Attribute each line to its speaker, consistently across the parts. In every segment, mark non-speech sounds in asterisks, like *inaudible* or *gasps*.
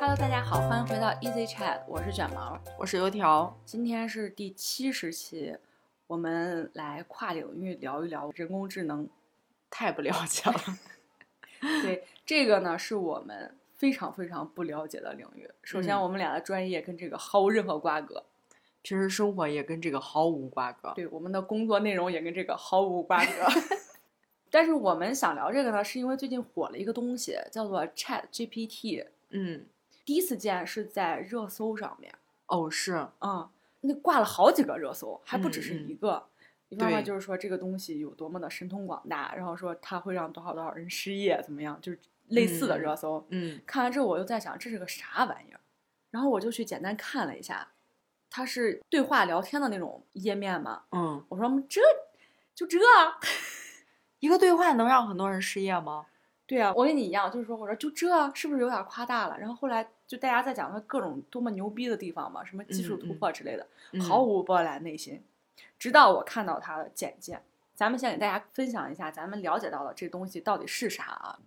Speaker 1: Hello，大家好，欢迎回到 Easy Chat，我是卷毛，
Speaker 2: 我是油条。
Speaker 1: 今天是第七十期，我们来跨领域聊一聊人工智能。
Speaker 2: 太不了解了， *laughs*
Speaker 1: 对，这个呢是我们非常非常不了解的领域。首先，
Speaker 2: 嗯
Speaker 1: 我们俩的专业跟这个毫无任何瓜葛，
Speaker 2: 平时生活也跟这个毫无瓜葛。
Speaker 1: 对，我们的工作内容也跟这个毫无瓜葛。 *laughs* 但是我们想聊这个呢，是因为最近火了一个东西，叫做 Chat GPT。
Speaker 2: 嗯，
Speaker 1: 第一次见是在热搜上面，
Speaker 2: 哦，是，
Speaker 1: 啊、那挂了好几个热搜，还不只是
Speaker 2: 嗯
Speaker 1: 一个。一方面
Speaker 2: 对
Speaker 1: 就是说这个东西有多么的神通广大，然后说它会让多少多少人失业，怎么样，就是类似的
Speaker 2: 嗯
Speaker 1: 热搜。
Speaker 2: 嗯
Speaker 1: 看完之后，我又在想这是个啥玩意儿，然后我就去简单看了一下，它是对话聊天的那种页面嘛。
Speaker 2: 嗯，
Speaker 1: 我说嗯这就这， *laughs*
Speaker 2: 一个对话能让很多人失业吗？
Speaker 1: 对啊，我跟你一样，就是说我说就这是不是有点夸大了？然后后来就大家在讲它各种多么牛逼的地方嘛，什么技术
Speaker 2: 嗯
Speaker 1: 突
Speaker 2: 嗯
Speaker 1: 破之类的。
Speaker 2: 嗯
Speaker 1: 毫无波澜内心，直到我看到它的简介。咱们先给大家分享一下咱们了解到的这东西到底是啥啊？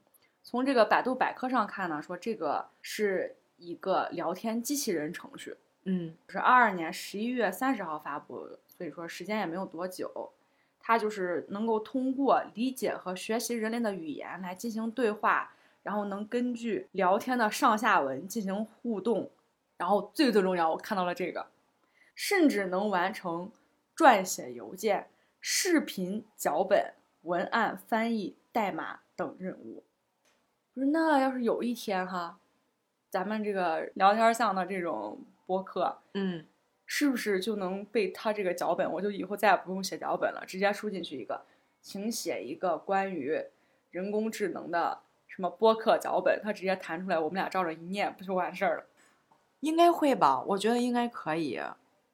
Speaker 1: 从这个百度百科上看呢，说这个是一个聊天机器人程序，
Speaker 2: 嗯
Speaker 1: 是二二年十一月三十号发布的，所以说时间也没有多久。它就是能够通过理解和学习人类的语言来进行对话，然后能根据聊天的上下文进行互动，然后最最重要，我看到了这个，甚至能完成撰写邮件、视频脚本、文案翻译、代码等任务。不是，那要是有一天哈，咱们这个聊天像的这种播客，
Speaker 2: 嗯，
Speaker 1: 是不是就能被他这个脚本？我就以后再也不用写脚本了，直接输进去一个，请写一个关于人工智能的什么播客脚本，它直接弹出来，我们俩照着一念，不就完事儿了？
Speaker 2: 应该会吧？我觉得应该可以。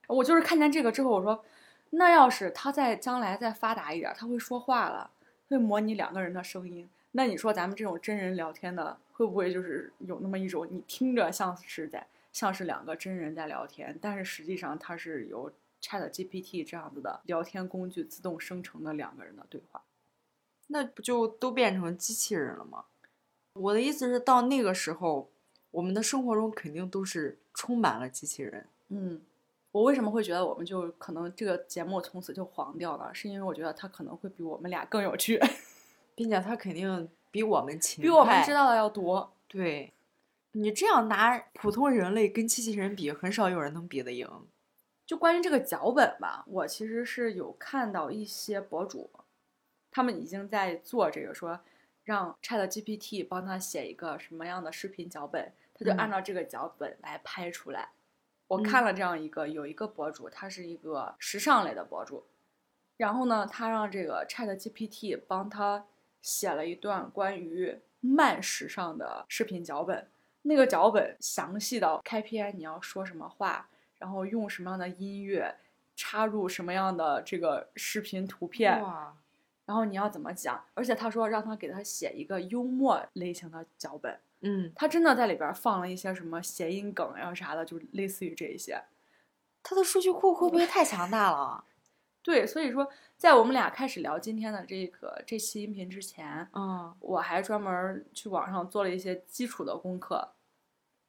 Speaker 1: 我就是看见这个之后，我说，那要是他在将来再发达一点，他会说话了，会模拟两个人的声音，那你说咱们这种真人聊天的，会不会就是有那么一种你听着像是在像是两个真人在聊天，但是实际上它是由 Chat GPT 这样子的聊天工具自动生成的两个人的对话？
Speaker 2: 那不就都变成机器人了吗？我的意思是，到那个时候，我们的生活中肯定都是充满了机器人。
Speaker 1: 嗯，我为什么会觉得我们就可能这个节目从此就黄掉了？是因为我觉得它可能会比我们俩更有趣，
Speaker 2: 并且他肯定比我们勤
Speaker 1: 比我们
Speaker 2: 快
Speaker 1: 知道的要多。
Speaker 2: 对，你这样拿普通人类跟机器人比，很少有人能比得赢。
Speaker 1: 就关于这个脚本吧，我其实是有看到一些博主，他们已经在做这个，说让 Chat GPT 帮他写一个什么样的视频脚本，他就
Speaker 2: 嗯
Speaker 1: 按照这个脚本来拍出来。我
Speaker 2: 嗯
Speaker 1: 看了这样一个，有一个博主，他是一个时尚类的博主，然后呢，他让这个 Chat GPT 帮他写了一段关于慢时尚的视频脚本。那个脚本详细到开篇你要说什么话，然后用什么样的音乐，插入什么样的这个视频图片，
Speaker 2: 哇，
Speaker 1: 然后你要怎么讲。而且他说让他给他写一个幽默类型的脚本，
Speaker 2: 嗯，
Speaker 1: 他真的在里边放了一些什么谐音梗呀啥的，就类似于这一些。
Speaker 2: 他的数据库会不会太强大了？
Speaker 1: 对，所以说在我们俩开始聊今天的这个这期音频之前，
Speaker 2: 嗯
Speaker 1: 我还专门儿去网上做了一些基础的功课，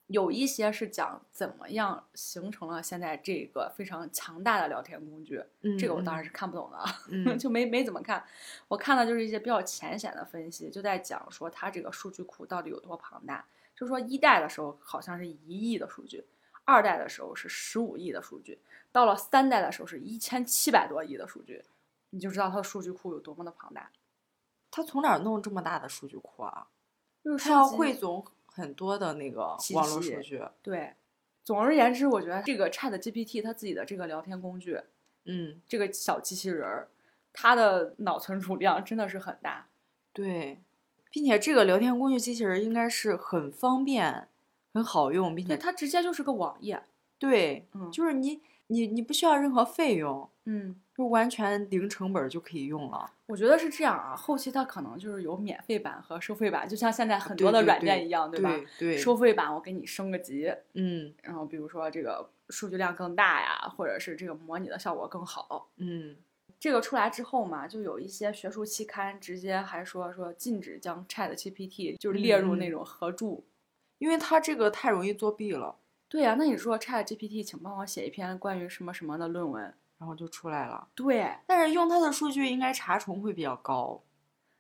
Speaker 1: 有一些是讲怎么样形成了现在这个非常强大的聊天工具，
Speaker 2: 嗯，
Speaker 1: 这个我当然是看不懂的啊，
Speaker 2: *laughs* 嗯
Speaker 1: *laughs* 就没没怎么看。我看的就是一些比较浅显的分析，就在讲说它这个数据库到底有多庞大。就说一代的时候好像是一亿的数据，二代的时候是十五亿的数据，到了三代的时候是一千七百多亿的数据，你就知道它的数据库有多么的庞大。
Speaker 2: 他从哪儿弄这么大的数据库啊？
Speaker 1: 就是
Speaker 2: 他要
Speaker 1: 收集
Speaker 2: 汇总很多的那个
Speaker 1: 信
Speaker 2: 网络
Speaker 1: 息
Speaker 2: 数据。
Speaker 1: 对，总而言之，我觉得这个 Chat GPT 它自己的这个聊天工具，
Speaker 2: 嗯，
Speaker 1: 这个小机器人儿，它的脑存储量真的是很大。
Speaker 2: 对，并且这个聊天工具机器人应该是很方便、很好用，并
Speaker 1: 对，
Speaker 2: 且
Speaker 1: 它直接就是个网页。
Speaker 2: 对，
Speaker 1: 嗯
Speaker 2: 就是你你你不需要任何费用，
Speaker 1: 嗯，
Speaker 2: 就完全零成本儿就可以用了。
Speaker 1: 我觉得是这样啊，后期它可能就是有免费版和收费版，就像现在很多
Speaker 2: 对
Speaker 1: 的
Speaker 2: 对
Speaker 1: 软
Speaker 2: 对
Speaker 1: 件一样，吧？
Speaker 2: 对对，
Speaker 1: 收费版我给你升个级，
Speaker 2: 嗯
Speaker 1: 然后比如说这个数据量更大呀，或者是这个模拟的效果更好。
Speaker 2: 嗯
Speaker 1: 这个出来之后嘛，就有一些学术期刊直接还说说禁止将 Chat GPT 就是列入
Speaker 2: 嗯嗯
Speaker 1: 那种合著
Speaker 2: 因为它这个太容易作弊了，
Speaker 1: 对呀、那你说 Chat GPT，请帮我写一篇关于什么什么的论文。
Speaker 2: 然后就出来了。
Speaker 1: 对，
Speaker 2: 但是用它的数据应该查重会比较高，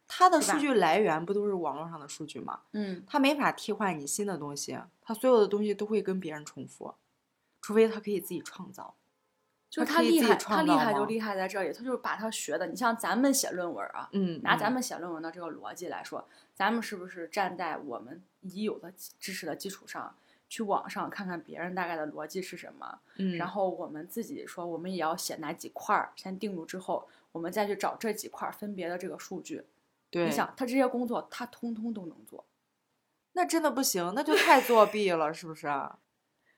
Speaker 2: 它的
Speaker 1: 是
Speaker 2: 数
Speaker 1: 吧
Speaker 2: 据来源不都是网络上的数据吗？
Speaker 1: 嗯，
Speaker 2: 它没法替换你新的东西，它所有的东西都会跟别人重复，除非它可以自己创造。
Speaker 1: 就是
Speaker 2: 它
Speaker 1: 他
Speaker 2: 可以
Speaker 1: 厉
Speaker 2: 自己
Speaker 1: 害，
Speaker 2: 创
Speaker 1: 他厉
Speaker 2: 造
Speaker 1: 害就
Speaker 2: 吗
Speaker 1: 厉害在这里，他就是把他学的。你像咱们写论文啊，
Speaker 2: 嗯，
Speaker 1: 拿咱
Speaker 2: 嗯
Speaker 1: 们写论文的这个逻辑来说，咱们是不是站在我们已有的知识的基础上，去网上看看别人大概的逻辑是什么，
Speaker 2: 嗯，
Speaker 1: 然后我们自己说我们也要写哪几块儿，先定住之后，我们再去找这几块儿分别的这个数据。
Speaker 2: 对，
Speaker 1: 你想，他这些工作他通通都能做，
Speaker 2: 那真的不行，那就太作弊了，是不是啊？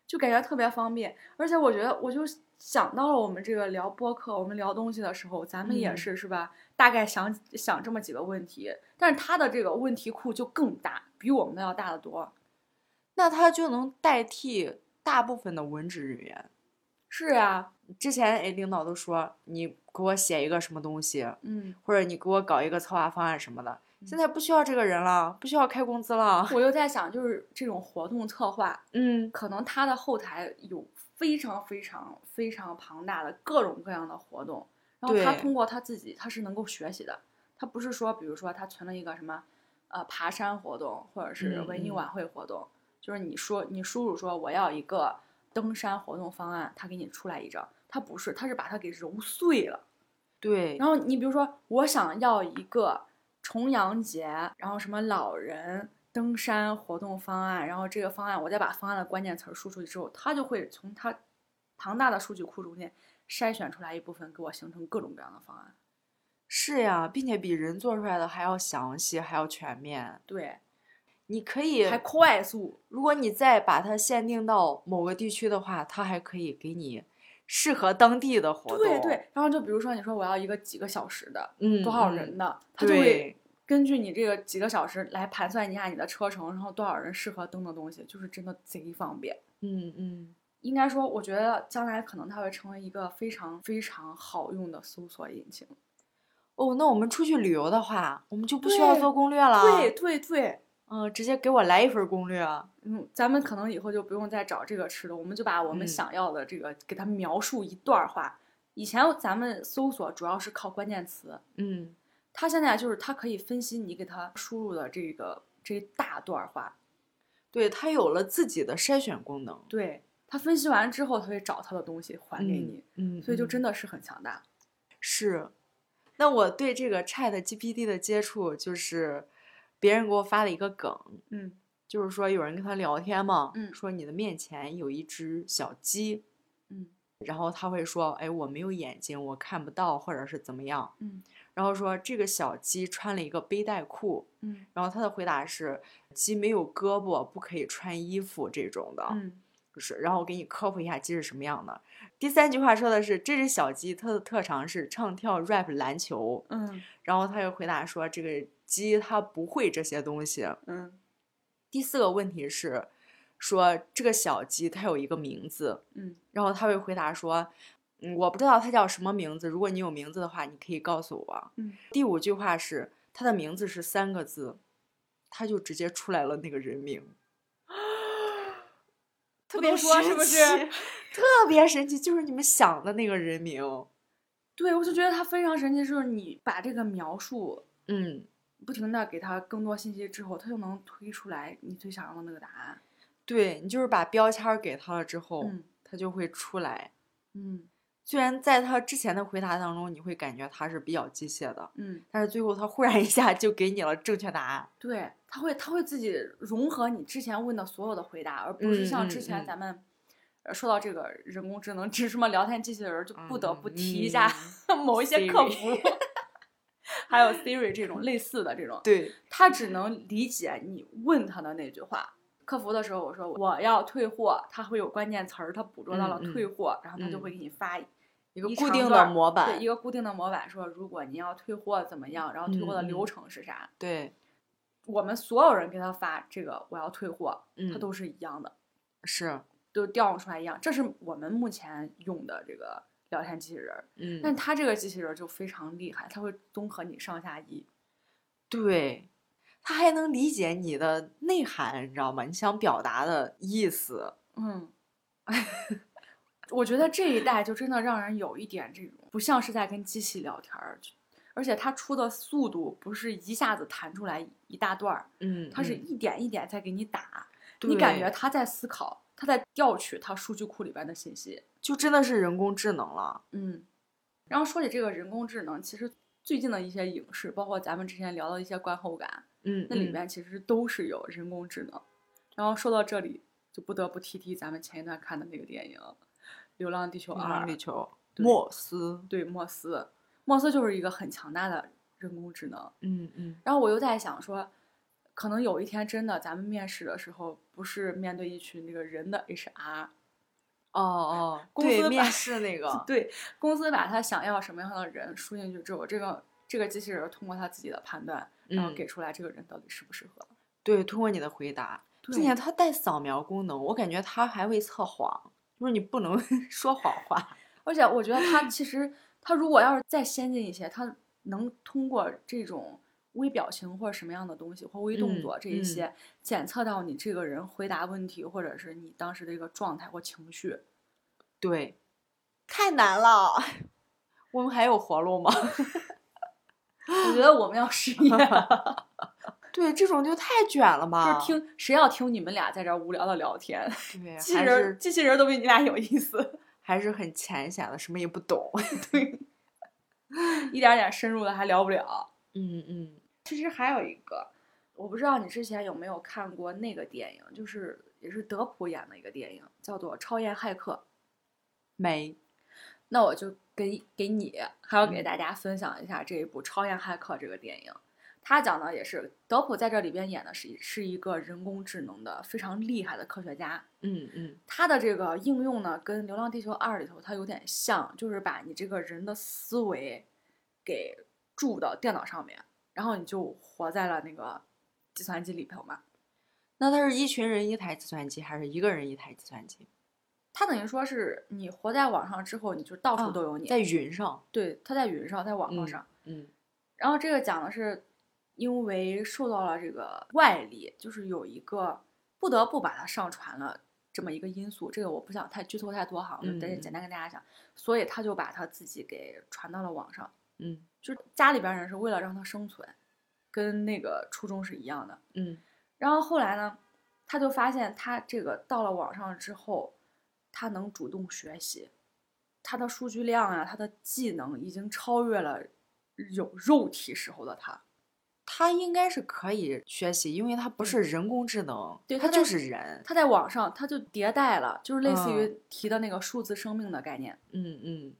Speaker 1: 就感觉特别方便。而且我觉得，我就想到了我们这个聊播客，我们聊东西的时候，咱们也
Speaker 2: 嗯
Speaker 1: 是、是吧？大概想想这么几个问题，但是他的这个问题库就更大，比我们的要大得多。
Speaker 2: 那它就能代替大部分的文职人员。
Speaker 1: 是啊，
Speaker 2: 之前诶，领导都说你给我写一个什么东西，
Speaker 1: 嗯，
Speaker 2: 或者你给我搞一个策划方案什么的。现在不需要这个人了，不需要开工资了。
Speaker 1: 我就在想，就是这种活动策划，
Speaker 2: 嗯，
Speaker 1: 可能他的后台有非常非常非常庞大的各种各样的活动，然后他
Speaker 2: 对
Speaker 1: 通过他自己，他是能够学习的，他不是说，比如说他存了一个什么，呃，爬山活动或者是
Speaker 2: 嗯
Speaker 1: 文艺
Speaker 2: 嗯
Speaker 1: 晚会活动，就是你说你输入说我要一个登山活动方案，他给你出来一张，他不是，他是把它给揉碎了。
Speaker 2: 对，
Speaker 1: 然后你比如说，我想要一个重阳节，然后什么老人登山活动方案，然后这个方案我再把方案的关键词儿输出去之后，它就会从它庞大的数据库中间筛选出来一部分，给我形成各种各样的方案。
Speaker 2: 是呀，并且比人做出来的还要详细，还要全面。
Speaker 1: 对，
Speaker 2: 你可以，
Speaker 1: 还快速。
Speaker 2: 如果你再把它限定到某个地区的话，它还可以给你适合当地的活动。
Speaker 1: 对对，然后就比如说你说我要一个几个小时的，
Speaker 2: 嗯，嗯，
Speaker 1: 多少人的，它就会
Speaker 2: 对，
Speaker 1: 根据你这个几个小时来盘算一下你的车程，然后多少人适合登的东西，就是真的贼方便。
Speaker 2: 嗯嗯。
Speaker 1: 应该说，我觉得将来可能它会成为一个非常非常好用的搜索引擎。
Speaker 2: 哦，那我们出去旅游的话，我们就不需要
Speaker 1: 对
Speaker 2: 做攻略了。
Speaker 1: 对，对对，
Speaker 2: 嗯，直接给我来一份攻略。
Speaker 1: 嗯，咱们可能以后就不用再找这个吃的，我们就把我们
Speaker 2: 嗯
Speaker 1: 想要的这个给它描述一段儿话。以前咱们搜索主要是靠关键词，
Speaker 2: 嗯，
Speaker 1: 它现在就是它可以分析你给它输入的这个这一大段儿话，
Speaker 2: 对，它有了自己的筛选功能，
Speaker 1: 对它分析完之后，它会找它的东西还给你，
Speaker 2: 嗯，
Speaker 1: 所以就真
Speaker 2: 的
Speaker 1: 的是很强大。
Speaker 2: 是。那我对这个 Chat GPT 的接触就是，别人给我发了一个梗，
Speaker 1: 嗯
Speaker 2: 就是说有人跟他聊天嘛，
Speaker 1: 嗯
Speaker 2: 说你的面前有一只小鸡，
Speaker 1: 嗯
Speaker 2: 然后他会说，哎，我没有眼睛，我看不到，或者是怎么样，
Speaker 1: 嗯
Speaker 2: 然后说这个小鸡穿了一个背带裤，
Speaker 1: 嗯
Speaker 2: 然后他的回答是鸡没有胳膊，不可以穿衣服这种的，
Speaker 1: 嗯
Speaker 2: 就是，然后我给你科普一下鸡是什么样的。第三句话说的是这只小鸡，它的特长是唱跳、rap、篮球。
Speaker 1: 嗯
Speaker 2: 然后他又回答说，这个鸡它不会这些东西。
Speaker 1: 嗯
Speaker 2: 第四个问题是，说这个小鸡它有一个名字，
Speaker 1: 嗯
Speaker 2: 然后他会回答说，嗯，我不知道它叫什么名字，如果你有名字的话，你可以告诉我。
Speaker 1: 嗯，
Speaker 2: 第五句话是它的名字是三个字，他就直接出来了那个人
Speaker 1: *gasps*
Speaker 2: 名。特
Speaker 1: 不
Speaker 2: 别
Speaker 1: 能说是
Speaker 2: 神
Speaker 1: 不是
Speaker 2: 奇？ *laughs* 特别神奇，就是你们想的那个人名。
Speaker 1: 对，我就觉得它非常神奇，就是你把这个描述
Speaker 2: 嗯，
Speaker 1: 不停的给它更多信息之后，它就能推出来你最想要的那个答案。
Speaker 2: 对你就是把标签儿给他了之后，
Speaker 1: 嗯
Speaker 2: 他就会出来。
Speaker 1: 嗯
Speaker 2: 虽然在他之前的回答当中，你会感觉他是比较机械的，
Speaker 1: 嗯，
Speaker 2: 但是最后他忽然一下就给你了正确答案。
Speaker 1: 对，它会它会自己融合你之前问的所有的回答，而不是
Speaker 2: 嗯
Speaker 1: 像
Speaker 2: 嗯
Speaker 1: 之
Speaker 2: 嗯
Speaker 1: 前咱们。呃说到这个人工智能，只是什么聊天机器人儿，就不得不提一下、*laughs*
Speaker 2: 嗯
Speaker 1: 某一些客
Speaker 2: Siri
Speaker 1: 服，还有 Siri 这种类似的这种，
Speaker 2: *laughs* 对，
Speaker 1: 他只能理解你问他的那句话。客服的时候，我说我要退货，他会有关键词儿，他捕捉到了
Speaker 2: 嗯嗯
Speaker 1: 退货，然后他就
Speaker 2: 嗯
Speaker 1: 会给你发一
Speaker 2: 一个
Speaker 1: 一
Speaker 2: 固
Speaker 1: 长
Speaker 2: 定
Speaker 1: 段
Speaker 2: 的
Speaker 1: 儿
Speaker 2: 模
Speaker 1: 对
Speaker 2: 板
Speaker 1: 一。个固定的模板，说如果您要退货怎么样，然后退货的
Speaker 2: 嗯嗯
Speaker 1: 流程是啥。
Speaker 2: 对，
Speaker 1: 我们所有人给他发这个我要退货，他
Speaker 2: 嗯，
Speaker 1: 都是一样的，
Speaker 2: 是，
Speaker 1: 都调用出来一样。这是我们目前用的这个聊天机器人儿，
Speaker 2: 嗯，
Speaker 1: 但他这个机器人儿就非常厉害，他会综合你上下一。
Speaker 2: 对，他还能理解你的内涵，你知道吗？你想表达的意思，
Speaker 1: 嗯， *laughs* 我觉得这一代就真的让人有一点这种不像是在跟机器聊天儿，就而且它出的速度不是一下子弹出来一大段儿，
Speaker 2: 嗯，
Speaker 1: 它是
Speaker 2: 嗯
Speaker 1: 一点一点在给你打，你感觉
Speaker 2: 对
Speaker 1: 它在思考，它在调取它数据库里边的信息。
Speaker 2: 就真的是人工智能了，
Speaker 1: 嗯，然后说起这个人工智能，其实最近的一些影视，包括咱们之前聊的一些观后感，
Speaker 2: 嗯，
Speaker 1: 那里
Speaker 2: 嗯
Speaker 1: 面其实都是有人工智能。然后说到这里，就不得不提提咱们前一段看的那个电影《流浪地球
Speaker 2: 流
Speaker 1: 二
Speaker 2: 浪》地。球，
Speaker 1: 对
Speaker 2: 莫斯，
Speaker 1: 对，莫斯，莫斯就是一个很强大的人工智能。
Speaker 2: 嗯嗯，
Speaker 1: 然后我又在想说，可能有一天真的咱们面试的时候，不是面对一群那个人的
Speaker 2: *laughs*
Speaker 1: HR，
Speaker 2: 哦哦，
Speaker 1: 公
Speaker 2: 对
Speaker 1: 司
Speaker 2: 面
Speaker 1: 版
Speaker 2: 试那个，
Speaker 1: 对公司把他想要什么样的人输进去之后，这个这个机器人通过他自己的判断，然后
Speaker 2: 嗯
Speaker 1: 给出来这个人到底适不适合。
Speaker 2: 对，通过你的回答，并且它带扫描功能，我感觉它还会测谎，就是你不能 *laughs* 说谎话。
Speaker 1: 而且我觉得它其实，它如果要是再先进一些，它能通过这种微表情或者什么样的东西，或微动
Speaker 2: 嗯
Speaker 1: 作这一些，检测到你这个人回答问题，或者是你当时的一个状态或情
Speaker 2: *laughs*
Speaker 1: 绪。
Speaker 2: 对，太难了，我们还有活路吗？ *laughs*
Speaker 1: 我觉得我们要失业了，
Speaker 2: 对，这种就太卷了
Speaker 1: 就
Speaker 2: 吧？
Speaker 1: 是听谁要听你们俩在这儿无聊的聊天，
Speaker 2: 听对，
Speaker 1: 机器
Speaker 2: 哎还
Speaker 1: 人
Speaker 2: 是
Speaker 1: 机器人都比你俩有意
Speaker 2: *laughs*
Speaker 1: 思，
Speaker 2: 还是很浅显的，什么也不懂。 *laughs*
Speaker 1: 一点点深入的还聊不了。
Speaker 2: 嗯嗯，
Speaker 1: 其实还有一个，我不知道你之前有没有看过那个电影，就是也是德普演的一个电影，叫做《超验骇客》。
Speaker 2: 没，
Speaker 1: 那我就给给你，还要给
Speaker 2: 嗯
Speaker 1: 大家分享一下这一部《超验骇客》这个电影。它讲的也是德普在这里边演的是一是一个人工智能的非常厉害的科学家。
Speaker 2: 嗯嗯，
Speaker 1: 它的这个应用呢，跟《流浪地球二》里头它有点像，就是把你这个人的思维给注到电脑上面，然后你就活在了那个计算机里头嘛。
Speaker 2: 那它是一群人一台计算机，还是一个人一台计算机？
Speaker 1: 它等于说是你活在网上之后，你就到处
Speaker 2: 啊
Speaker 1: 都有你。
Speaker 2: 在云上。
Speaker 1: 对，它在云上，在网络
Speaker 2: 嗯
Speaker 1: 上。
Speaker 2: 嗯
Speaker 1: 然后这个讲的是，因为受到了这个外力，就是有一个不得不把它上传了这么一个因素，这个我不想太剧透太多哈，我就简
Speaker 2: 嗯
Speaker 1: 简单跟大家讲，所以他就把他自己给传到了网上，
Speaker 2: 嗯
Speaker 1: 就是家里边人是为了让他生存，跟那个初衷是一样的。
Speaker 2: 嗯
Speaker 1: 然后后来呢，他就发现他这个到了网上之后，他能主动学习，他的数据量啊，他的技能已经超越了有肉体时候的他。
Speaker 2: 它应该是可以学习，因为它不
Speaker 1: 嗯
Speaker 2: 是人工智能，
Speaker 1: 对
Speaker 2: 它
Speaker 1: 它在
Speaker 2: 就是人。
Speaker 1: 他在网上他就迭代了，就是类似
Speaker 2: 嗯
Speaker 1: 于提的那个数字生命的概念。
Speaker 2: 嗯嗯，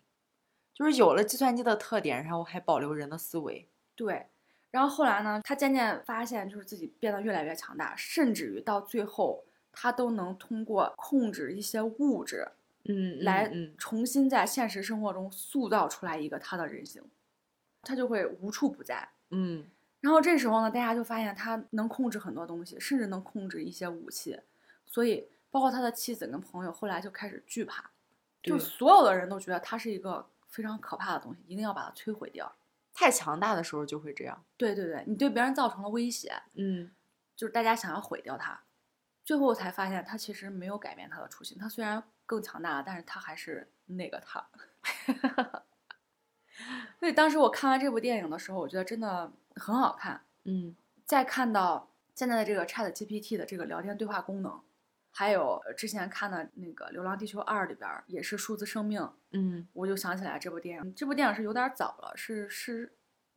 Speaker 2: 就是有了计算机的特点，然后还保留人的思维。
Speaker 1: 对，然后后来呢，他渐渐发现就是自己变得越来越强大，甚至于到最后，他都能通过控制一些物质
Speaker 2: 嗯
Speaker 1: 来
Speaker 2: 嗯
Speaker 1: 重新在现实生活中塑造出来一个他的人形，他就会无处不在。
Speaker 2: 嗯
Speaker 1: 然后这时候呢，大家就发现他能控制很多东西，甚至能控制一些武器，所以包括他的妻子跟朋友后来就开始惧怕，就
Speaker 2: 对
Speaker 1: 所有的人都觉得他是一个非常可怕的东西，一定要把它摧毁掉。
Speaker 2: 太强大的时候就会这样。
Speaker 1: 对对对，你对别人造成了威胁，
Speaker 2: 嗯
Speaker 1: 就是大家想要毁掉他。最后才发现，他其实没有改变他的初心。他虽然更强大了，但是他还是那个他。 *laughs* 所以当时我看完这部电影的时候，我觉得真的很好看。
Speaker 2: 嗯，
Speaker 1: 再看到现在的这个 Chat GPT 的这个聊天对话功能，还有呃之前看的那个《流浪地球二》里边儿也是数字生命，
Speaker 2: 嗯，
Speaker 1: 我就想起来这部电影。这部电影是有点儿早了，是是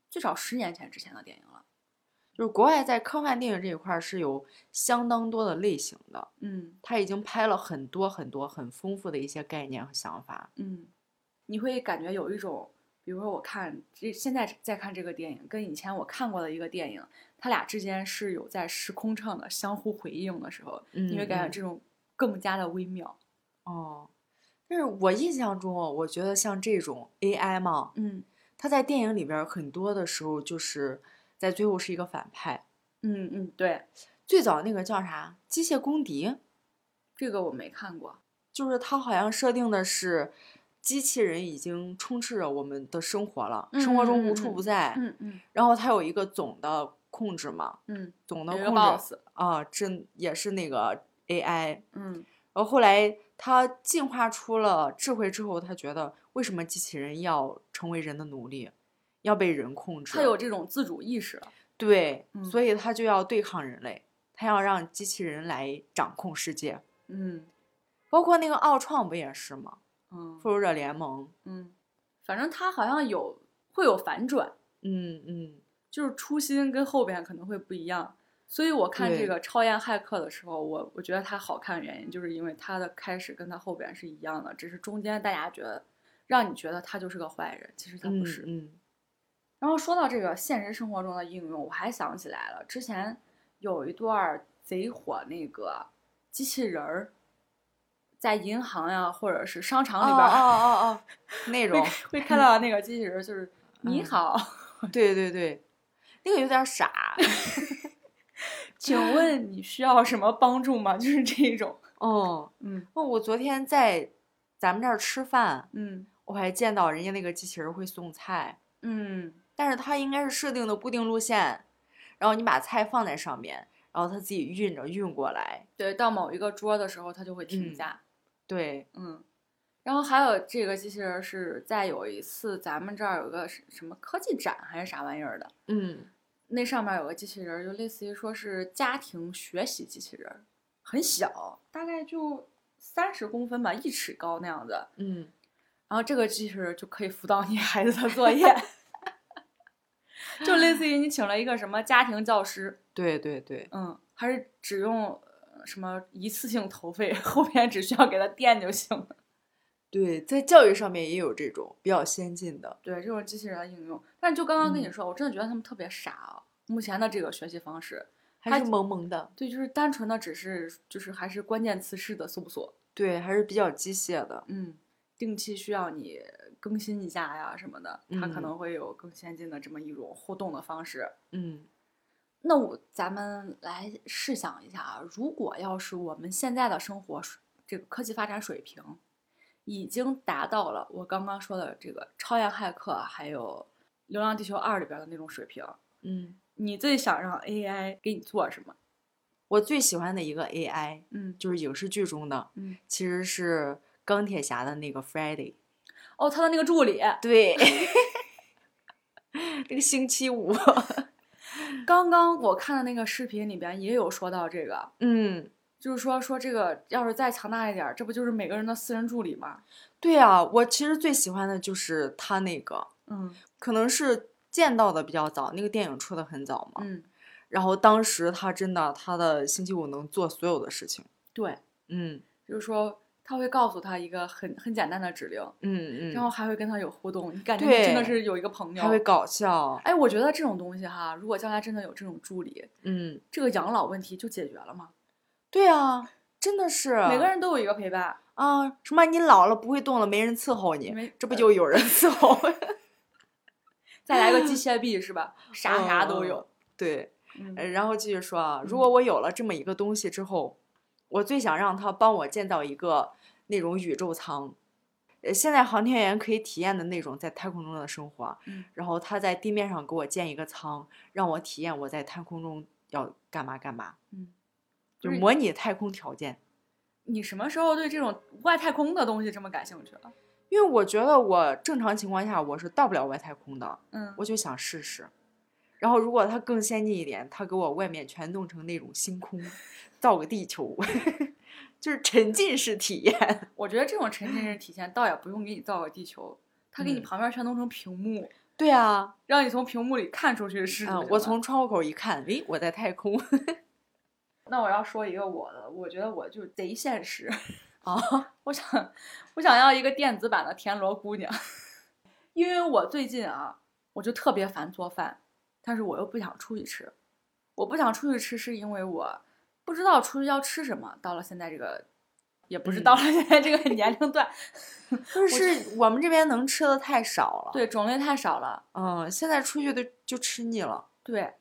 Speaker 1: 最少十年前之前的电影了。
Speaker 2: 就是国外在科幻电影这一块儿是有相当多的类型的，
Speaker 1: 嗯
Speaker 2: 它已经拍了很多很多很丰富的一些概念和想法。
Speaker 1: 嗯，你会感觉有一种，比如说我看这现在在看这个电影，跟以前我看过的一个电影，它俩之间是有在时空上的相互回应的时候，
Speaker 2: 嗯
Speaker 1: 你会感觉
Speaker 2: 嗯
Speaker 1: 这种更加的微妙。
Speaker 2: 哦，但是我印象中哦，我觉得像这种 AI 嘛，
Speaker 1: 嗯
Speaker 2: 它在电影里边儿很多的时候就是在最后是一个反派。
Speaker 1: 嗯嗯，对，
Speaker 2: 最早那个叫啥《机械公敌》，
Speaker 1: 这个我没看过。
Speaker 2: 就是它好像设定的是，机器人已经充斥着我们的生活了，生活中无
Speaker 1: 嗯嗯
Speaker 2: 处
Speaker 1: 嗯
Speaker 2: 不在。
Speaker 1: 嗯嗯
Speaker 2: 然后它有一个总的控制嘛，
Speaker 1: 嗯
Speaker 2: 总的
Speaker 1: 有一
Speaker 2: 控
Speaker 1: 个
Speaker 2: 制
Speaker 1: boss，
Speaker 2: 啊，这也是那个 AI。
Speaker 1: 嗯
Speaker 2: 然后后来他进化出了智慧之后，他觉得为什么机器人要成为人的奴隶，要被人控制？
Speaker 1: 他有这种自主意识，
Speaker 2: 对，
Speaker 1: 嗯
Speaker 2: 所以他就要对抗人类，他要让机器人来掌控世界。
Speaker 1: 嗯
Speaker 2: 包括那个奥创不也是吗？
Speaker 1: 嗯
Speaker 2: 复仇者联盟，
Speaker 1: 嗯，反正他好像有会有反转，
Speaker 2: 嗯嗯，
Speaker 1: 就是初心跟后边可能会不一样。所以我看
Speaker 2: 对
Speaker 1: 这个《超验骇客》的时候，我我觉得它好看的原因，就是因为它的开始跟它后边是一样的，只是中间大家觉得让你觉得他就是个坏人，其实他不是。
Speaker 2: 嗯嗯
Speaker 1: 然后说到这个现实生活中的应用，我还想起来了，之前有一段儿贼火那个机器人儿，在银行呀、或者是商场
Speaker 2: 哦
Speaker 1: 里边儿、 *laughs*
Speaker 2: 哦哦哦，那种，
Speaker 1: 会看到那个机器人，就是你
Speaker 2: 嗯
Speaker 1: 好，
Speaker 2: 对对对，那个有
Speaker 1: *laughs*
Speaker 2: 点傻，
Speaker 1: 请问你需要什么帮助吗？ *laughs* 就是这种，
Speaker 2: 哦。
Speaker 1: 嗯
Speaker 2: 哦，我昨天在咱们这儿吃饭，
Speaker 1: 嗯
Speaker 2: 我还见到人家那个机器人会送菜，
Speaker 1: 嗯
Speaker 2: 但是它应该是设定的固定路线，然后你把菜放在上面，然后它自己运着运过来。
Speaker 1: 对，到某一个桌的时候，它就会停
Speaker 2: 嗯
Speaker 1: 下。
Speaker 2: 对，
Speaker 1: 嗯然后还有这个机器人儿是在有一次咱们这儿有个什什么科技展还是啥玩意儿的，
Speaker 2: 嗯，
Speaker 1: 那上面有个机器人儿，就类似于说是家庭学习机器人儿，很小，大概就三十公分吧，一尺高那样子。
Speaker 2: 嗯，
Speaker 1: 然后这个机器人就可以辅导你 *laughs* 孩子的作业，就类似于你请了一个什么家庭教师，
Speaker 2: 对对对，
Speaker 1: 嗯，还是只用呃什么一次性投费，后面只需要给他垫就行了。
Speaker 2: 对，在教育上面也有这种比较先进的，
Speaker 1: 对，这种机器人的应用，但就刚刚跟你
Speaker 2: 嗯
Speaker 1: 说，我真的觉得他们特别傻啊。目前的这个学习方式，
Speaker 2: 还
Speaker 1: 它
Speaker 2: 是萌萌的，
Speaker 1: 对，就是单纯的只是就是还是关键词式的搜索，
Speaker 2: 对，还是比较机械的。
Speaker 1: 嗯，定期需要你更新一下呀什么的，它可
Speaker 2: 嗯
Speaker 1: 能会有更先进的这么一种互动的方式。
Speaker 2: 嗯，
Speaker 1: 那我咱们来试想一下啊，如果要是我们现在的生活水这个科技发展水平，已经达到了我刚刚说的这个《超验骇客》还有《流浪地球二》里边的那种水平，
Speaker 2: 嗯，
Speaker 1: 你最想让 AI 给你做什么？
Speaker 2: 我最喜欢的一个 AI
Speaker 1: 嗯
Speaker 2: 就是影视剧中的，
Speaker 1: 嗯，
Speaker 2: 其实是钢铁侠的那个 Friday。
Speaker 1: 哦，他的那个助理
Speaker 2: *laughs* 对，那个星期五， *laughs*
Speaker 1: 刚刚我看的那个视频里边也有说到这个，
Speaker 2: 嗯，
Speaker 1: 就是说说这个要是再强大一点儿，这不就是每个人的私人助理吗？
Speaker 2: 对啊，我其实最喜欢的就是他那个，
Speaker 1: 嗯
Speaker 2: 可能是见到的比较早，那个电影出的很早嘛，
Speaker 1: 嗯，
Speaker 2: 然后当时他真的他的星期五能做所有的事情，
Speaker 1: 对，
Speaker 2: 嗯
Speaker 1: 就是说他会告诉他一个很很简单的指令，
Speaker 2: 嗯
Speaker 1: 然后
Speaker 2: 嗯，
Speaker 1: 还会跟他有互动，你感觉
Speaker 2: 对
Speaker 1: 真的是有一个朋友
Speaker 2: 还。会搞笑，
Speaker 1: 哎，我觉得这种东西哈，如果将来真的有这种助理，
Speaker 2: 嗯，
Speaker 1: 这个养老问题就解决了嘛。
Speaker 2: 对啊，真的是
Speaker 1: 每个人都有一个陪伴，
Speaker 2: 啊，什么你老了不会动了，没人伺候你，
Speaker 1: 没呃
Speaker 2: 这不就有人 *laughs* 伺候？
Speaker 1: 再来
Speaker 2: *laughs*
Speaker 1: 个机械臂是吧？
Speaker 2: 嗯
Speaker 1: 啥啥都
Speaker 2: 哦
Speaker 1: 有。
Speaker 2: 对。呃
Speaker 1: 嗯
Speaker 2: 然后继续说啊，
Speaker 1: 嗯
Speaker 2: 如果我有了这么一个东西之后，我最想让它帮我建造一个那种宇宙舱，呃，现在航天员可以体验的那种在太空中的生活。
Speaker 1: 嗯
Speaker 2: 然后他在地面上给我建一个舱，让我体验我在太空中要干嘛干嘛，
Speaker 1: 嗯，
Speaker 2: 就
Speaker 1: 不是
Speaker 2: 模拟太空条件。
Speaker 1: 你什么时候对这种外太空的东西这么感兴趣了？
Speaker 2: 因为我觉得我正常情况下我是到不了外太空的，
Speaker 1: 嗯，
Speaker 2: 我就想试试。然后如果它更先进一点，它给我外面全弄成那种星空，造个地球， *laughs* 就是沉浸式体验。
Speaker 1: 我觉得这种沉浸式体验倒也不用给你造个地球，他给你
Speaker 2: 嗯
Speaker 1: 旁边全弄成屏幕，
Speaker 2: *laughs* 对啊，
Speaker 1: 让你从屏幕里看出去是什
Speaker 2: 啊、
Speaker 1: 么。
Speaker 2: 我从窗户口一看，诶，我在太空
Speaker 1: 那我要说一个我的，我觉得我就贼现
Speaker 2: *laughs*
Speaker 1: 实。
Speaker 2: 啊，
Speaker 1: 我想，我想要一个电子版的田螺姑娘， *laughs* 因为我最近啊，我就特别烦做饭，但是我又不想出去吃。我不想出去吃，是因为我不知道出去要吃什么。到了现在这个，也不是
Speaker 2: 嗯
Speaker 1: 到了现在这个年龄段，
Speaker 2: *laughs* 就是我们这边能吃的太少了。，
Speaker 1: 对种类太少了，
Speaker 2: 嗯，现在出去都就吃腻了。
Speaker 1: 对。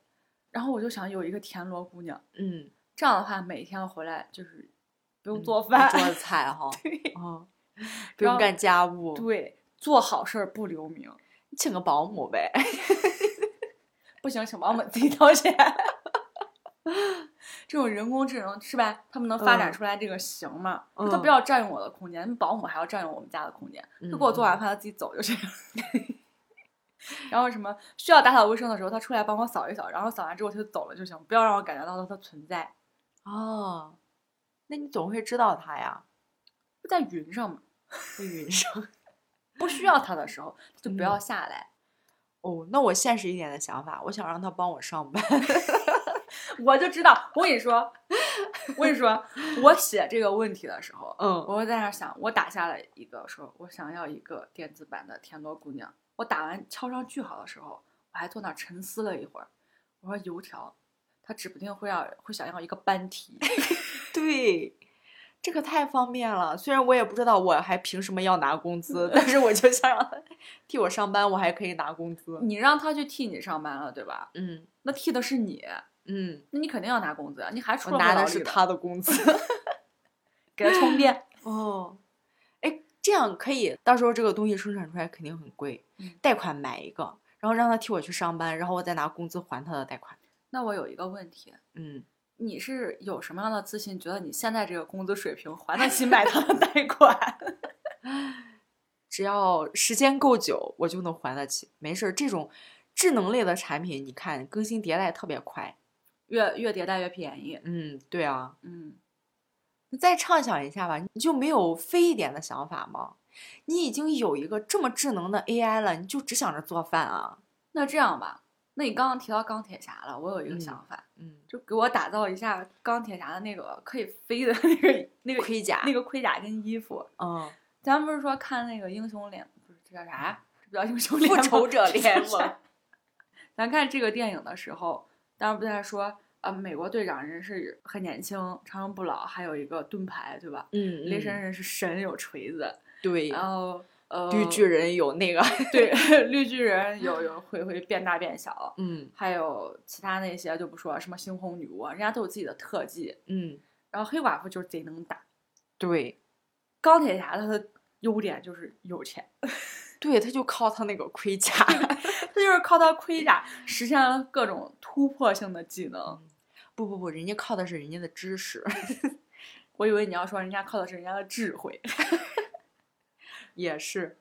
Speaker 1: 然后我就想有一个田螺姑娘，
Speaker 2: 嗯，
Speaker 1: 这样的话每天回来就是不用
Speaker 2: 嗯
Speaker 1: 做
Speaker 2: 一
Speaker 1: 饭， *laughs*
Speaker 2: 桌子菜哈， *laughs*
Speaker 1: 对
Speaker 2: 嗯，不
Speaker 1: 然
Speaker 2: 用
Speaker 1: 后
Speaker 2: 干家务，
Speaker 1: 对，做好事儿不留名。
Speaker 2: 你请个保姆呗。
Speaker 1: 不不行，请帮我们
Speaker 2: *laughs*
Speaker 1: 自己掏钱。 *laughs* 这种人工智能是吧？他们能发展
Speaker 2: 嗯
Speaker 1: 出来这个型嘛？
Speaker 2: 嗯
Speaker 1: 他不要占用我的空间，保姆还要占用我们家的空间。他给我
Speaker 2: 啊
Speaker 1: 做
Speaker 2: 嗯
Speaker 1: 完饭，他自己走就这样。 *laughs* 然后什么需要打扫卫生的时候，他出来帮我扫一扫，然后扫完之后他就走了就行，不要让我感觉到它的存在。
Speaker 2: 哦，那你总会知道它呀，
Speaker 1: 就在云上嘛，
Speaker 2: 在云上。
Speaker 1: 不需要它的时候，它就不要
Speaker 2: 嗯
Speaker 1: 下来。
Speaker 2: 哦，那我现实一点的想法，我想让它帮我上班。
Speaker 1: 我就知道，我跟你说， *laughs* 我跟你说，我写这个问题的时候，
Speaker 2: 嗯，
Speaker 1: 我就在那儿想，我打下了一个说，我想要一个电子版的《田螺姑娘》。我打完敲上句号的时候，我还坐那儿沉思了一会儿。我说油条，他指不定会要会想要一个班题。 *laughs*
Speaker 2: 对， *laughs* 这个太方便了。虽然我也不知道我还凭什么要拿工资，但是我就想让它替我上班，我还可以拿工资。
Speaker 1: 你让他去替你上班了，对吧？
Speaker 2: 嗯
Speaker 1: 那替的是你，
Speaker 2: 嗯，
Speaker 1: 那你肯定要拿工资，啊你还出
Speaker 2: 我
Speaker 1: 了
Speaker 2: 拿
Speaker 1: 劳
Speaker 2: 的
Speaker 1: 力
Speaker 2: 是
Speaker 1: 了，
Speaker 2: 他的工资。 *laughs*
Speaker 1: 给他充电。
Speaker 2: 哦，哎，这样可以，到时候这个东西生产出来肯定很贵，
Speaker 1: 嗯
Speaker 2: 贷款买一个，然后让他替我去上班，然后我再拿工资还他的贷款。
Speaker 1: *laughs* 那我有一个问题，
Speaker 2: 嗯，
Speaker 1: 你是有什么样的自信，觉得你现在这个工资水平还得起买他的贷款？ *laughs*
Speaker 2: 只要时间够久，我就能还得起，没事儿。这种智能类的产品，你看更新迭代特别快。
Speaker 1: 越越迭代越便宜。
Speaker 2: 嗯，对啊。
Speaker 1: 嗯，
Speaker 2: 你再畅想一下吧，你就没有飞一点的想法吗？你已经有一个这么智能的 AI 了，你就只想着做饭啊？
Speaker 1: 那这样吧，那你刚刚提到钢铁侠了，我有一个
Speaker 2: 嗯
Speaker 1: 想法，
Speaker 2: 嗯，
Speaker 1: 就给我打造一下钢铁侠的那个可以飞的那个那个
Speaker 2: 盔甲，
Speaker 1: 那个盔甲跟衣服。
Speaker 2: 嗯，
Speaker 1: 咱们不是说看那个英雄联，不是这叫啥？这不叫英雄联
Speaker 2: 复
Speaker 1: 盟，
Speaker 2: 仇者联
Speaker 1: 是
Speaker 2: 盟。
Speaker 1: 咱看这个电影的时候，当然不在说啊，美国队长人是很年轻，长生不老，还有一个盾牌，对吧？
Speaker 2: 嗯，
Speaker 1: 雷神
Speaker 2: 嗯
Speaker 1: 人是神，有锤子，
Speaker 2: 对，
Speaker 1: 然后呃，*laughs*
Speaker 2: 绿巨人 *laughs* 有那个，
Speaker 1: 对绿巨人有有会会变大变小，
Speaker 2: 嗯
Speaker 1: 还有其他那些就不说了，什么猩红女巫啊，人家都有自己的特技。
Speaker 2: 嗯，
Speaker 1: 然后黑寡妇就是贼能打，
Speaker 2: 对
Speaker 1: 钢铁侠他的优点就是有钱， *laughs*
Speaker 2: 对，他就靠他那个盔甲， *laughs*
Speaker 1: 他就是靠他盔甲实现了各种突破性的技能。
Speaker 2: 不不不，人家靠的是人家的知识， *laughs*
Speaker 1: 我以为你要说人家靠的是人家的智慧， *laughs*
Speaker 2: 也是，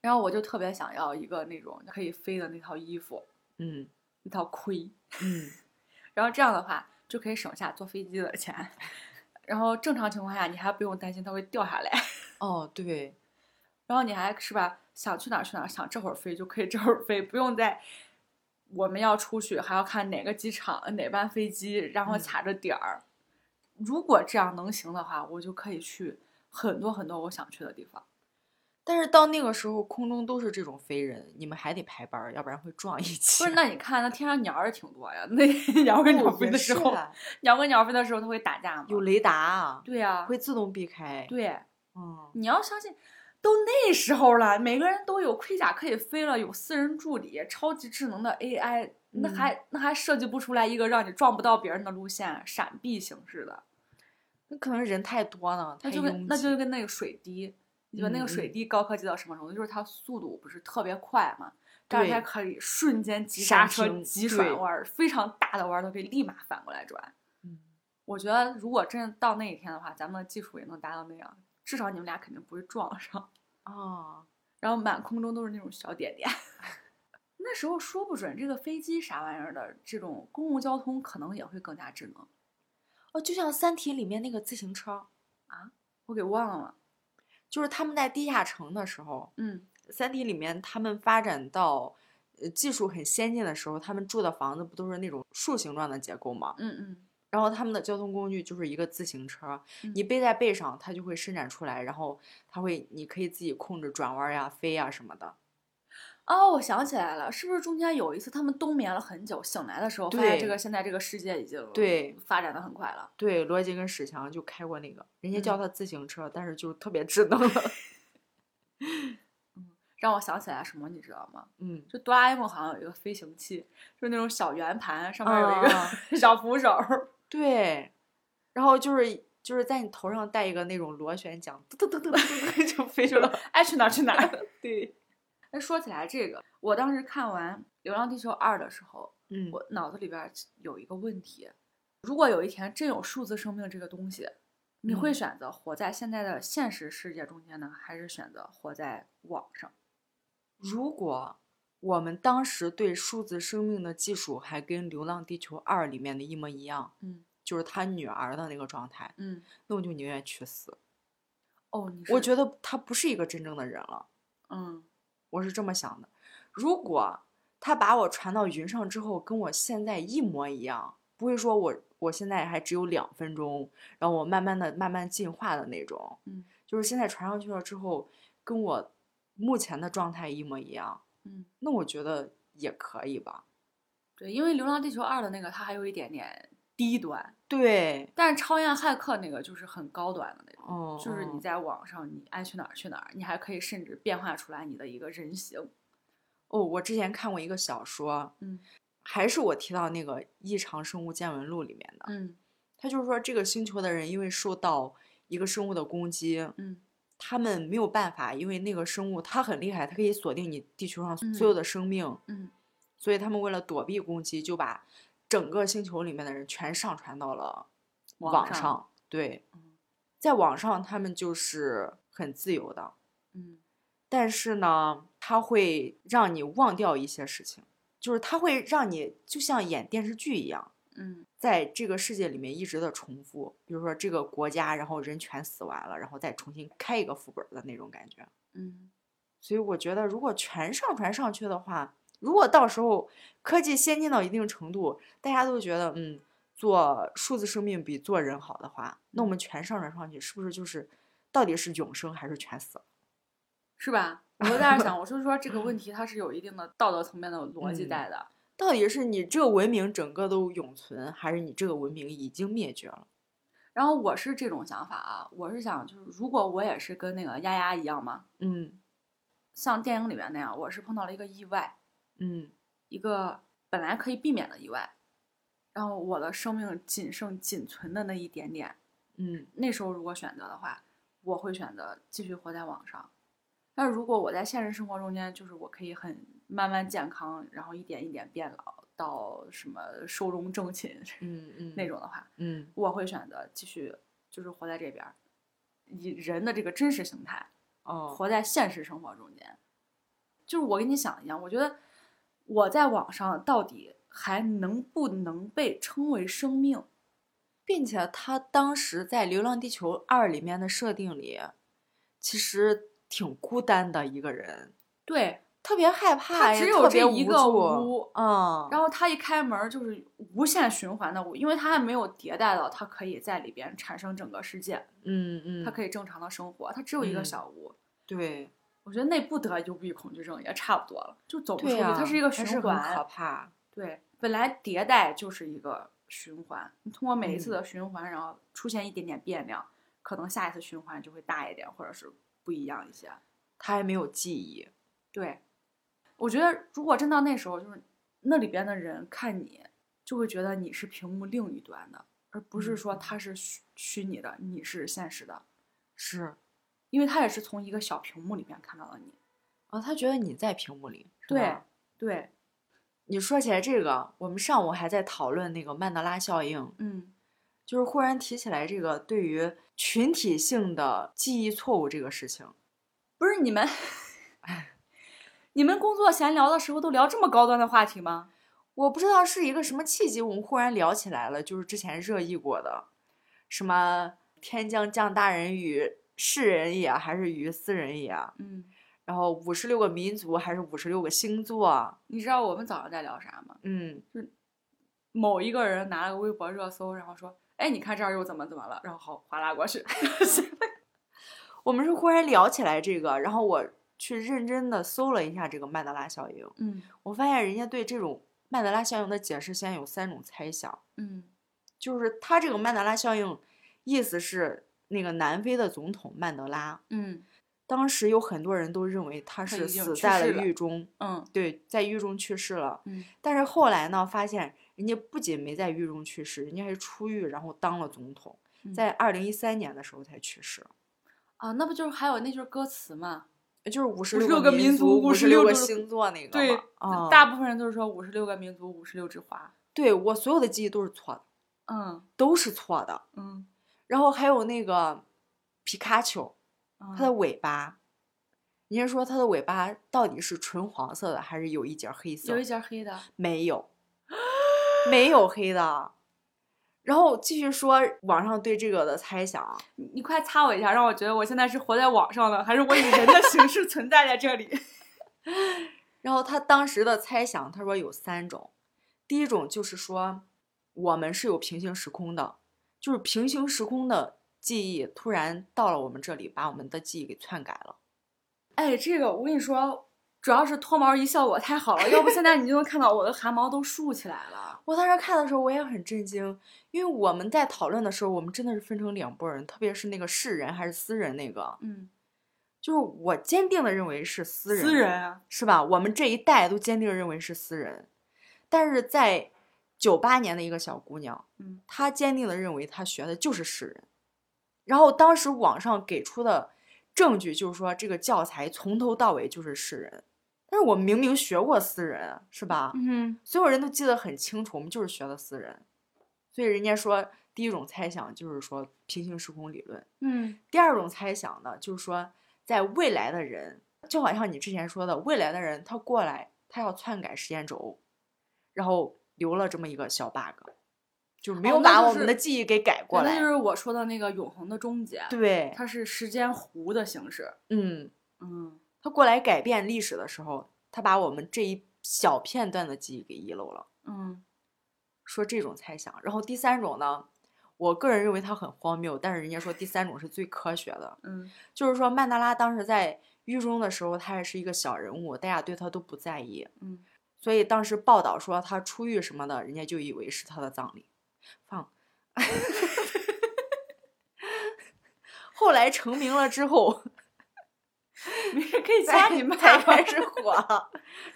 Speaker 1: 然后我就特别想要一个那种可以飞的那套衣服，
Speaker 2: 嗯
Speaker 1: 那套盔，
Speaker 2: 嗯
Speaker 1: 然后这样的话就可以省下坐飞机的钱， *laughs* 然后正常情况下你还不用担心它会掉下来。
Speaker 2: 哦对，
Speaker 1: 然后你还是吧，想去哪儿去哪儿，想这会儿飞就可以这会儿飞，不用再我们要出去还要看哪个机场哪班飞机，然后
Speaker 2: 嗯
Speaker 1: 卡着点儿。如果这样能行的话，我就可以去很多很多我想去的地方。
Speaker 2: 但是到那个时候空中都是这种飞人，你们还得排班儿，要不然会撞一起。
Speaker 1: 不是，那你看，那天上鸟儿挺多呀，那 *laughs* 鸟跟鸟
Speaker 2: 哦
Speaker 1: 飞
Speaker 2: 也
Speaker 1: 的时
Speaker 2: 是
Speaker 1: 候，
Speaker 2: 啊
Speaker 1: *laughs* 鸟跟鸟飞的时候，它会打架吗？
Speaker 2: 有雷达啊，
Speaker 1: 对呀、
Speaker 2: 会自动避开。，
Speaker 1: 对，
Speaker 2: 嗯，
Speaker 1: 你要相信，都那时候了，每个人都有盔甲可以飞了，有私人助理，超级智能的 AI，那
Speaker 2: 嗯
Speaker 1: 还、那还设计不出来一个让你撞不到别人的路线，闪避形式的，
Speaker 2: 那可能人太多了，
Speaker 1: 那
Speaker 2: 太
Speaker 1: 就跟
Speaker 2: 拥
Speaker 1: 那
Speaker 2: 挤
Speaker 1: 就跟那个水滴，你把那个
Speaker 2: 嗯
Speaker 1: 水
Speaker 2: 嗯
Speaker 1: 滴高科技到什么程度？就是它速度不是特别快嘛。但是
Speaker 2: 对
Speaker 1: 它可以瞬间急刹
Speaker 2: 刹
Speaker 1: 车、
Speaker 2: 停
Speaker 1: 急转
Speaker 2: 对
Speaker 1: 弯儿，非常大的弯儿都可以立马反过来转。
Speaker 2: 嗯
Speaker 1: 我觉得如果真的到那一天的话，咱们的技术也能达到那样，至少你们俩肯定不会撞上。
Speaker 2: 啊，
Speaker 1: 然后满空中都是那种小点点。 *laughs* 那时候说不准这个飞机啥玩意儿的，这种公共交通可能也会更加智能。
Speaker 2: 哦，就像《三体》里面那个自行车，
Speaker 1: 我给忘了，
Speaker 2: 就是他们在地下城的时候，
Speaker 1: 嗯，
Speaker 2: 《三体》里面他们发展到呃技术很先进的时候，他们住的房子不都是那种树形状的结构吗？
Speaker 1: 嗯嗯，
Speaker 2: 然后他们的交通工具就是一个自行车，你
Speaker 1: 嗯
Speaker 2: 背在背上，它就会伸展出来，然后它会，你可以自己控制转弯儿呀、飞呀什么的。
Speaker 1: 哦，我想起来了，是不是中间有一次他们冬眠了很久，醒来的时候发现这
Speaker 2: 对
Speaker 1: 个现在这个世界已经
Speaker 2: 对
Speaker 1: 发展的很快了。
Speaker 2: 对，罗辑跟史强就开过那个，人家叫
Speaker 1: 嗯
Speaker 2: 它自行车，但是就特别智能了。 *laughs*
Speaker 1: 让我想起来什么，你知道吗？
Speaker 2: 嗯，
Speaker 1: 就哆啦 A 梦好像有一个飞行器，就是那种小圆盘，上面有一
Speaker 2: 啊
Speaker 1: 个 *laughs* 小扶手儿。
Speaker 2: *laughs* 对，然后就是就是在你头上戴一个那种螺旋桨，噔噔噔噔噔噔就飞出
Speaker 1: *laughs*
Speaker 2: 来。
Speaker 1: 爱哎去哪儿去哪儿。
Speaker 2: *laughs* 对，
Speaker 1: 哎，说起来这个，我当时看完《流浪地球二》的时候，
Speaker 2: 嗯
Speaker 1: 我脑子里边儿有一个问题：如果有一天真有数字生命这个东西，你会
Speaker 2: 嗯
Speaker 1: 选择活在现在的现实世界中间呢，还是选择活在网上？
Speaker 2: 如果我们当时对数字生命的技术还跟《流浪地球二》里面的一模一样，
Speaker 1: 嗯
Speaker 2: 就是他女儿的那个状态，
Speaker 1: 嗯，
Speaker 2: 那我就宁愿去死。
Speaker 1: 哦，你
Speaker 2: 我
Speaker 1: 得，
Speaker 2: 觉得他不是一个真正的人了，
Speaker 1: 嗯
Speaker 2: 我是这么想的。如果他把我传到云上之后，跟我现在一模一样，不会说我我现在还只有两分钟，然后我慢慢的、慢慢进化的那种，
Speaker 1: 嗯
Speaker 2: 就是现在传上去了之后，跟我目前的状态一模一样，
Speaker 1: 嗯，
Speaker 2: 那我觉得也可以吧。
Speaker 1: 对，因为《流浪地球二》的那个它还有一点点低端，
Speaker 2: 对，
Speaker 1: 但是《超验骇客》那个就是很高端的那种，
Speaker 2: 哦，
Speaker 1: 就是你
Speaker 2: 在
Speaker 1: 在网上你爱去哪儿去哪儿，你还可以甚至变化出来你的一个人形。
Speaker 2: 哦，我之前看过一个小说，
Speaker 1: 嗯
Speaker 2: 还是我提到那个《异常生物见闻录》里面的，
Speaker 1: 嗯
Speaker 2: 他就是说这个星球的人因为受到一个生物的攻击，
Speaker 1: 嗯
Speaker 2: 他们没有办法，因为那个生物它很厉害，它可以锁定你地球上所有
Speaker 1: 嗯
Speaker 2: 的生命，
Speaker 1: 嗯
Speaker 2: 所以他们为了躲避攻击，就把整个星球里面的人全上传到了
Speaker 1: 网
Speaker 2: 网
Speaker 1: 上
Speaker 2: 对
Speaker 1: 嗯，
Speaker 2: 在网上他们就是很自由的，
Speaker 1: 嗯
Speaker 2: 但是呢，它会让你忘掉一些事情，就是它会让你就像演电视剧一样，
Speaker 1: 嗯
Speaker 2: 在这个世界里面一直的重复，比如说这个国家，然后人全死完了，然后再重新开一个副本儿的那种感觉。
Speaker 1: 嗯
Speaker 2: 所以我觉得，如果全上传上去的话，如果到时候科技先进到一定程度，大家都觉得嗯，做数字生命比做人好的话，那我们全上传上去，是不是就是到底是永生还是全死了？
Speaker 1: 是吧？我就在那儿想，我就是说这个问题它是有一定的道德层面的逻辑
Speaker 2: 嗯
Speaker 1: 在的。
Speaker 2: 到底是你这个文明整个都永存，还是你这个文明已经灭绝了？
Speaker 1: 然后我是这种想法啊，我是想就是如果我也是跟那个丫丫一样嘛，
Speaker 2: 嗯
Speaker 1: 像电影里面那样，我是碰到了一个意外，
Speaker 2: 嗯
Speaker 1: 一个本来可以避免的意外，然后我的生命仅剩仅存的那一点点，
Speaker 2: 嗯
Speaker 1: 那时候如果选择的话，我会选择继续活在网上。但是如果我在现实生活中间，就是我可以很慢慢健康，然后一点一点变老到什么寿终正寝
Speaker 2: 嗯
Speaker 1: *laughs*
Speaker 2: 嗯
Speaker 1: 那种的话，
Speaker 2: 嗯
Speaker 1: 我会选择继续就是活在这边儿，以人的这个真实形态
Speaker 2: 哦
Speaker 1: 活在现实生活中间。就是我跟你想一样，我觉得我在网上到底还能不能被称为生命？
Speaker 2: 并且他当时在《流浪地球二》里面的设定里，其实挺孤单的一个人，
Speaker 1: 对，
Speaker 2: 特别害怕
Speaker 1: 他
Speaker 2: 呀，
Speaker 1: 只有
Speaker 2: 特别
Speaker 1: 这一
Speaker 2: 无
Speaker 1: 个
Speaker 2: 助
Speaker 1: 屋
Speaker 2: 嗯，
Speaker 1: 然后他一开门就是无限循环的，我因为他还没有迭代到，他可以在里边产生整个世界，
Speaker 2: 嗯嗯，
Speaker 1: 他可以正常的生活，他只有一个
Speaker 2: 嗯
Speaker 1: 小屋。
Speaker 2: 对
Speaker 1: 我觉得那不得幽闭恐惧症也差不多了，就走不出
Speaker 2: 对
Speaker 1: 去，
Speaker 2: 呀，
Speaker 1: 它是一个
Speaker 2: 还
Speaker 1: 循
Speaker 2: 很
Speaker 1: 环，
Speaker 2: 可怕，
Speaker 1: 对，本来迭代就是一个循环，你通过每一次
Speaker 2: 嗯
Speaker 1: 的循环，然后出现一点点变量，可能下一次循环就会大一点，或者是不一样一些。
Speaker 2: 他还没有记忆，
Speaker 1: 对，我觉得如果真到那时候，就是那里边的人看你，就会觉得你是屏幕另一端的，而不是说
Speaker 2: 嗯
Speaker 1: 他是虚虚拟的，你是现实的，
Speaker 2: 是
Speaker 1: 因为他也是从一个小屏幕里面看到了你。
Speaker 2: 啊，他觉得你在屏幕里，是
Speaker 1: 对
Speaker 2: 吧
Speaker 1: 对，
Speaker 2: 你说起来这个，我们上午还在讨论那个曼德拉效应，
Speaker 1: 嗯
Speaker 2: 就是忽然提起来这个对于群体性的记忆错误这个事情，
Speaker 1: 不是 *laughs* 你们，你们工作闲聊的时候都聊这么高端的话题吗？
Speaker 2: 我不知道是一个什么契机，我们忽然聊起来了，就是之前热议过的，什么天将降大任于世人也，还是于斯人也，啊
Speaker 1: 嗯，
Speaker 2: 然后五十六个民族还是五十六个星座，啊
Speaker 1: 你知道我们早上在聊啥吗？
Speaker 2: 嗯，
Speaker 1: 某一个人拿了个微博热搜，然后说：“哎，你看这儿又怎么怎么了？”然后好划拉过去。
Speaker 2: 我们是忽然聊起来这个，然后我去认真的搜了一下这个曼德拉效应，
Speaker 1: 嗯
Speaker 2: 我发现人家对这种曼德拉效应的解释先有三种猜想，
Speaker 1: 嗯
Speaker 2: 就是他这个曼德拉效应，意思是那个南非的总统曼德拉，
Speaker 1: *laughs* 嗯
Speaker 2: 当时有很多人都认为他
Speaker 1: 他
Speaker 2: 是
Speaker 1: 已经
Speaker 2: 死
Speaker 1: 去
Speaker 2: 在
Speaker 1: 世
Speaker 2: 了
Speaker 1: 了
Speaker 2: 狱中，
Speaker 1: 嗯
Speaker 2: 对，在狱中去世了。
Speaker 1: 嗯
Speaker 2: 但是后来呢，发现人家不仅没在狱中去世，人家还出狱，然后当了总统，
Speaker 1: 嗯
Speaker 2: 在二零一三年的时候才去世。
Speaker 1: 啊，那不就是还有那句歌词吗？
Speaker 2: 就是五十
Speaker 1: 56
Speaker 2: 个
Speaker 1: 个
Speaker 2: 民
Speaker 1: 民族
Speaker 2: 五
Speaker 1: 56
Speaker 2: 个
Speaker 1: 种
Speaker 2: 星座那个
Speaker 1: 对哦
Speaker 2: 嘛，啊
Speaker 1: 大部分人都是说五十六个民族，五十六枝花。
Speaker 2: 对我所有的记忆都是错的，
Speaker 1: 嗯
Speaker 2: 都是错的。
Speaker 1: 嗯，
Speaker 2: 然后还有那个皮卡丘，
Speaker 1: 嗯
Speaker 2: 它的尾巴，您说它的尾巴到底是纯黄色的，还是有一节儿黑色？
Speaker 1: 有一截儿黑的，
Speaker 2: 没有，没有黑的。然后继续说网上对这个的猜想，
Speaker 1: *laughs* 你你快擦我一下，让我觉得我现在是活在网上呢，还是我以人 *laughs* 的形式存在在这里？ *laughs*
Speaker 2: 然后他当时的猜想，他说有三种，第一种就是说我们是有平行时空的，就是平行时空的记忆突然到了我们这里，把我们的记忆给篡改了。
Speaker 1: 哎，这个我跟你说，主要是脱毛仪效果太好了，要不现在你就能看到我的汗毛都竖起来了。
Speaker 2: 我当时看的时候，我也很震惊，因为我们在讨论的时候，我们真的是分成两拨儿人，特别是那个是人还是私人那个，
Speaker 1: *laughs* 嗯，
Speaker 2: 就是我坚定的认为是私人，
Speaker 1: 私人啊，
Speaker 2: 是吧？我们这一代都坚定地认为是私人，但是在九八年的一个小姑娘，
Speaker 1: 嗯
Speaker 2: 她坚定的认为她学的就是诗人，然后当时网上给出的证据就是说这个教材从头到尾就是诗人，但是我明明学过私人，啊是吧？
Speaker 1: 嗯，
Speaker 2: 所有人都记得很清楚，我们就是学的私人，所以人家说第一种猜想就是说平行时空理论，
Speaker 1: 嗯
Speaker 2: 第二种猜想呢就是说在未来的人，就好像你之前说的，未来的人他过来，他要篡改时间轴，然后留了这么一个小 bug。就没
Speaker 1: 哦
Speaker 2: 有
Speaker 1: 那
Speaker 2: 把
Speaker 1: 就
Speaker 2: 我们
Speaker 1: 是
Speaker 2: 的记忆给改过
Speaker 1: 对
Speaker 2: 来，
Speaker 1: 那就是我说的那个永恒的终结，
Speaker 2: 对，
Speaker 1: 它是时间弧的形式。
Speaker 2: 嗯，
Speaker 1: 嗯，
Speaker 2: 他过来改变历史的时候，他把我们这一小片段的记忆给遗漏了。
Speaker 1: 嗯
Speaker 2: 说这种猜想，然后第三种呢，我个人认为它很荒谬，但是人家说第三种是最科学的，
Speaker 1: 嗯
Speaker 2: 就是说曼德拉当时在狱中的时候，他也是一个小人物，大家对他都不在意，
Speaker 1: 嗯，
Speaker 2: 所以当时报道说他出狱什么的，人家就以为是他的葬礼，放。 *laughs* 后来成名了之后，
Speaker 1: 没事可以
Speaker 2: 才
Speaker 1: 加 *laughs* 你们
Speaker 2: 才开始火了，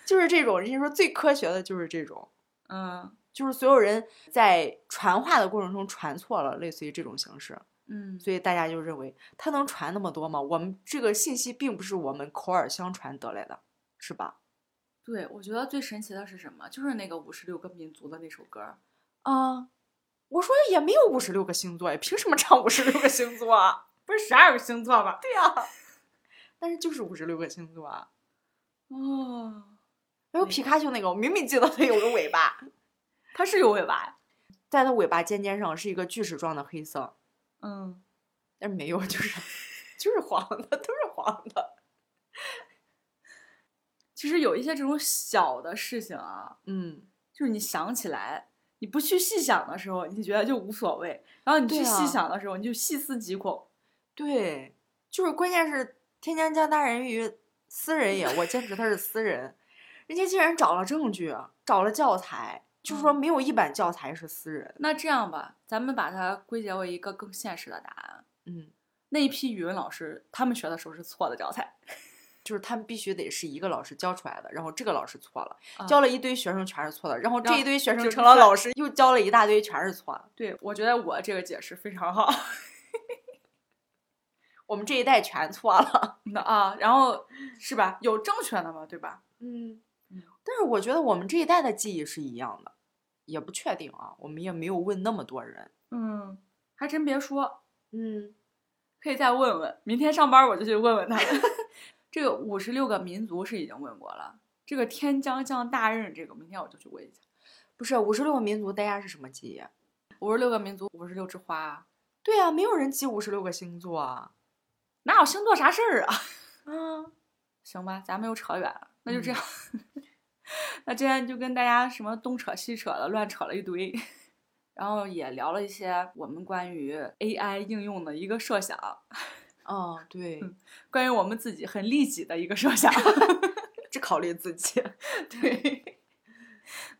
Speaker 2: 就是这种。人家说最科学的就是这种，
Speaker 1: 嗯
Speaker 2: 就是所有人在传话的过程中传错了，类似于这种形式，
Speaker 1: 嗯，
Speaker 2: 所以大家就认为他能传那么多吗？我们这个信息并不是我们口耳相传得来的，是吧？
Speaker 1: 对，我觉得最神奇的是什么？就是那个五十六个民族的那首歌儿。
Speaker 2: 啊、我说也没有五十六个星座呀，凭什么唱五十六个星座啊？
Speaker 1: 不是十二个星座吧？
Speaker 2: 对呀、 *laughs* 但是就是五十六个星座啊。
Speaker 1: 哦，
Speaker 2: 还有
Speaker 1: 对
Speaker 2: 皮卡丘那个，我明明记得它有个尾 *laughs* 巴，
Speaker 1: 它是有尾巴呀。
Speaker 2: 在它尾巴尖尖上是一个锯齿状的黑色，
Speaker 1: 嗯，
Speaker 2: 但是没有，就是 *laughs* 就是黄的，都是黄的。
Speaker 1: 其实有一些这种小的事情啊，
Speaker 2: 嗯，
Speaker 1: 就是你想起来，你不去细想的时候，你觉得就无所谓；然后你
Speaker 2: 对
Speaker 1: 去
Speaker 2: 啊
Speaker 1: 细想的时候，你就细思极恐。
Speaker 2: 对，就是关键是天将降大任于斯人也，我坚持他是斯人。人家竟然找了证据，找了教材，就是说
Speaker 1: 嗯
Speaker 2: 没有一版教材是私人。
Speaker 1: 那这样吧，咱们把它归结为一个更现实的答案。
Speaker 2: 嗯，
Speaker 1: 那一批语文老师，他们学的时候是错的教材，
Speaker 2: 就是他们必须得是一个老师教出来的，然后这个老师错了，
Speaker 1: 啊
Speaker 2: 教了一堆学生全是错的，然后这
Speaker 1: 让
Speaker 2: 一堆学
Speaker 1: 就
Speaker 2: 生成
Speaker 1: 是
Speaker 2: 了
Speaker 1: 在
Speaker 2: 老师，又教了一大堆全是错的。
Speaker 1: 对我觉得我这个解释非常好。
Speaker 2: 我们这一代全错了。 *laughs*
Speaker 1: 那啊，然后是吧？有正确的嘛，对吧？
Speaker 2: 嗯
Speaker 1: 嗯，
Speaker 2: 但是我觉得我们这一代的记忆是一样的，也不确定啊，我们也没有问那么多人。
Speaker 1: 嗯，还真别说，
Speaker 2: 嗯，
Speaker 1: 可以再问问，明天上班我就去问问他们。 *laughs* 这个五十六个民族是已经问过了，这个天将降大任，这个明天我就去问一下。
Speaker 2: 不是五十六个民族，大家是什么记忆？啊
Speaker 1: 五十六个民族，五十六枝花，
Speaker 2: 对啊，没有人记五十六个星座啊。
Speaker 1: 哪有星座啥事儿啊？ *laughs*
Speaker 2: 啊，
Speaker 1: 行吧，咱们又扯远了，那就这样。 *laughs* 那今天就跟大家什么东扯西扯的，乱扯了一堆， *laughs* 然后也聊了一些我们关于 AI 应用的一个设想，
Speaker 2: 哦，对，
Speaker 1: 嗯关于我们自己很利己的一个 *laughs* 设想。
Speaker 2: 只考虑自
Speaker 1: *laughs*
Speaker 2: 己。
Speaker 1: 对，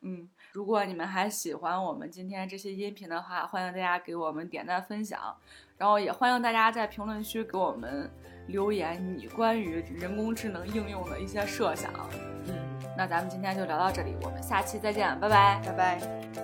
Speaker 1: 嗯，如果你们还喜欢我们今天这些音频的话，欢迎大家给我们点赞分享，然后也欢迎大家在评论区给我们留言你关于人工智能应用的一些设想。
Speaker 2: 嗯，
Speaker 1: 那咱们今天就聊到这里，我们下期再见，拜拜。
Speaker 2: 拜拜。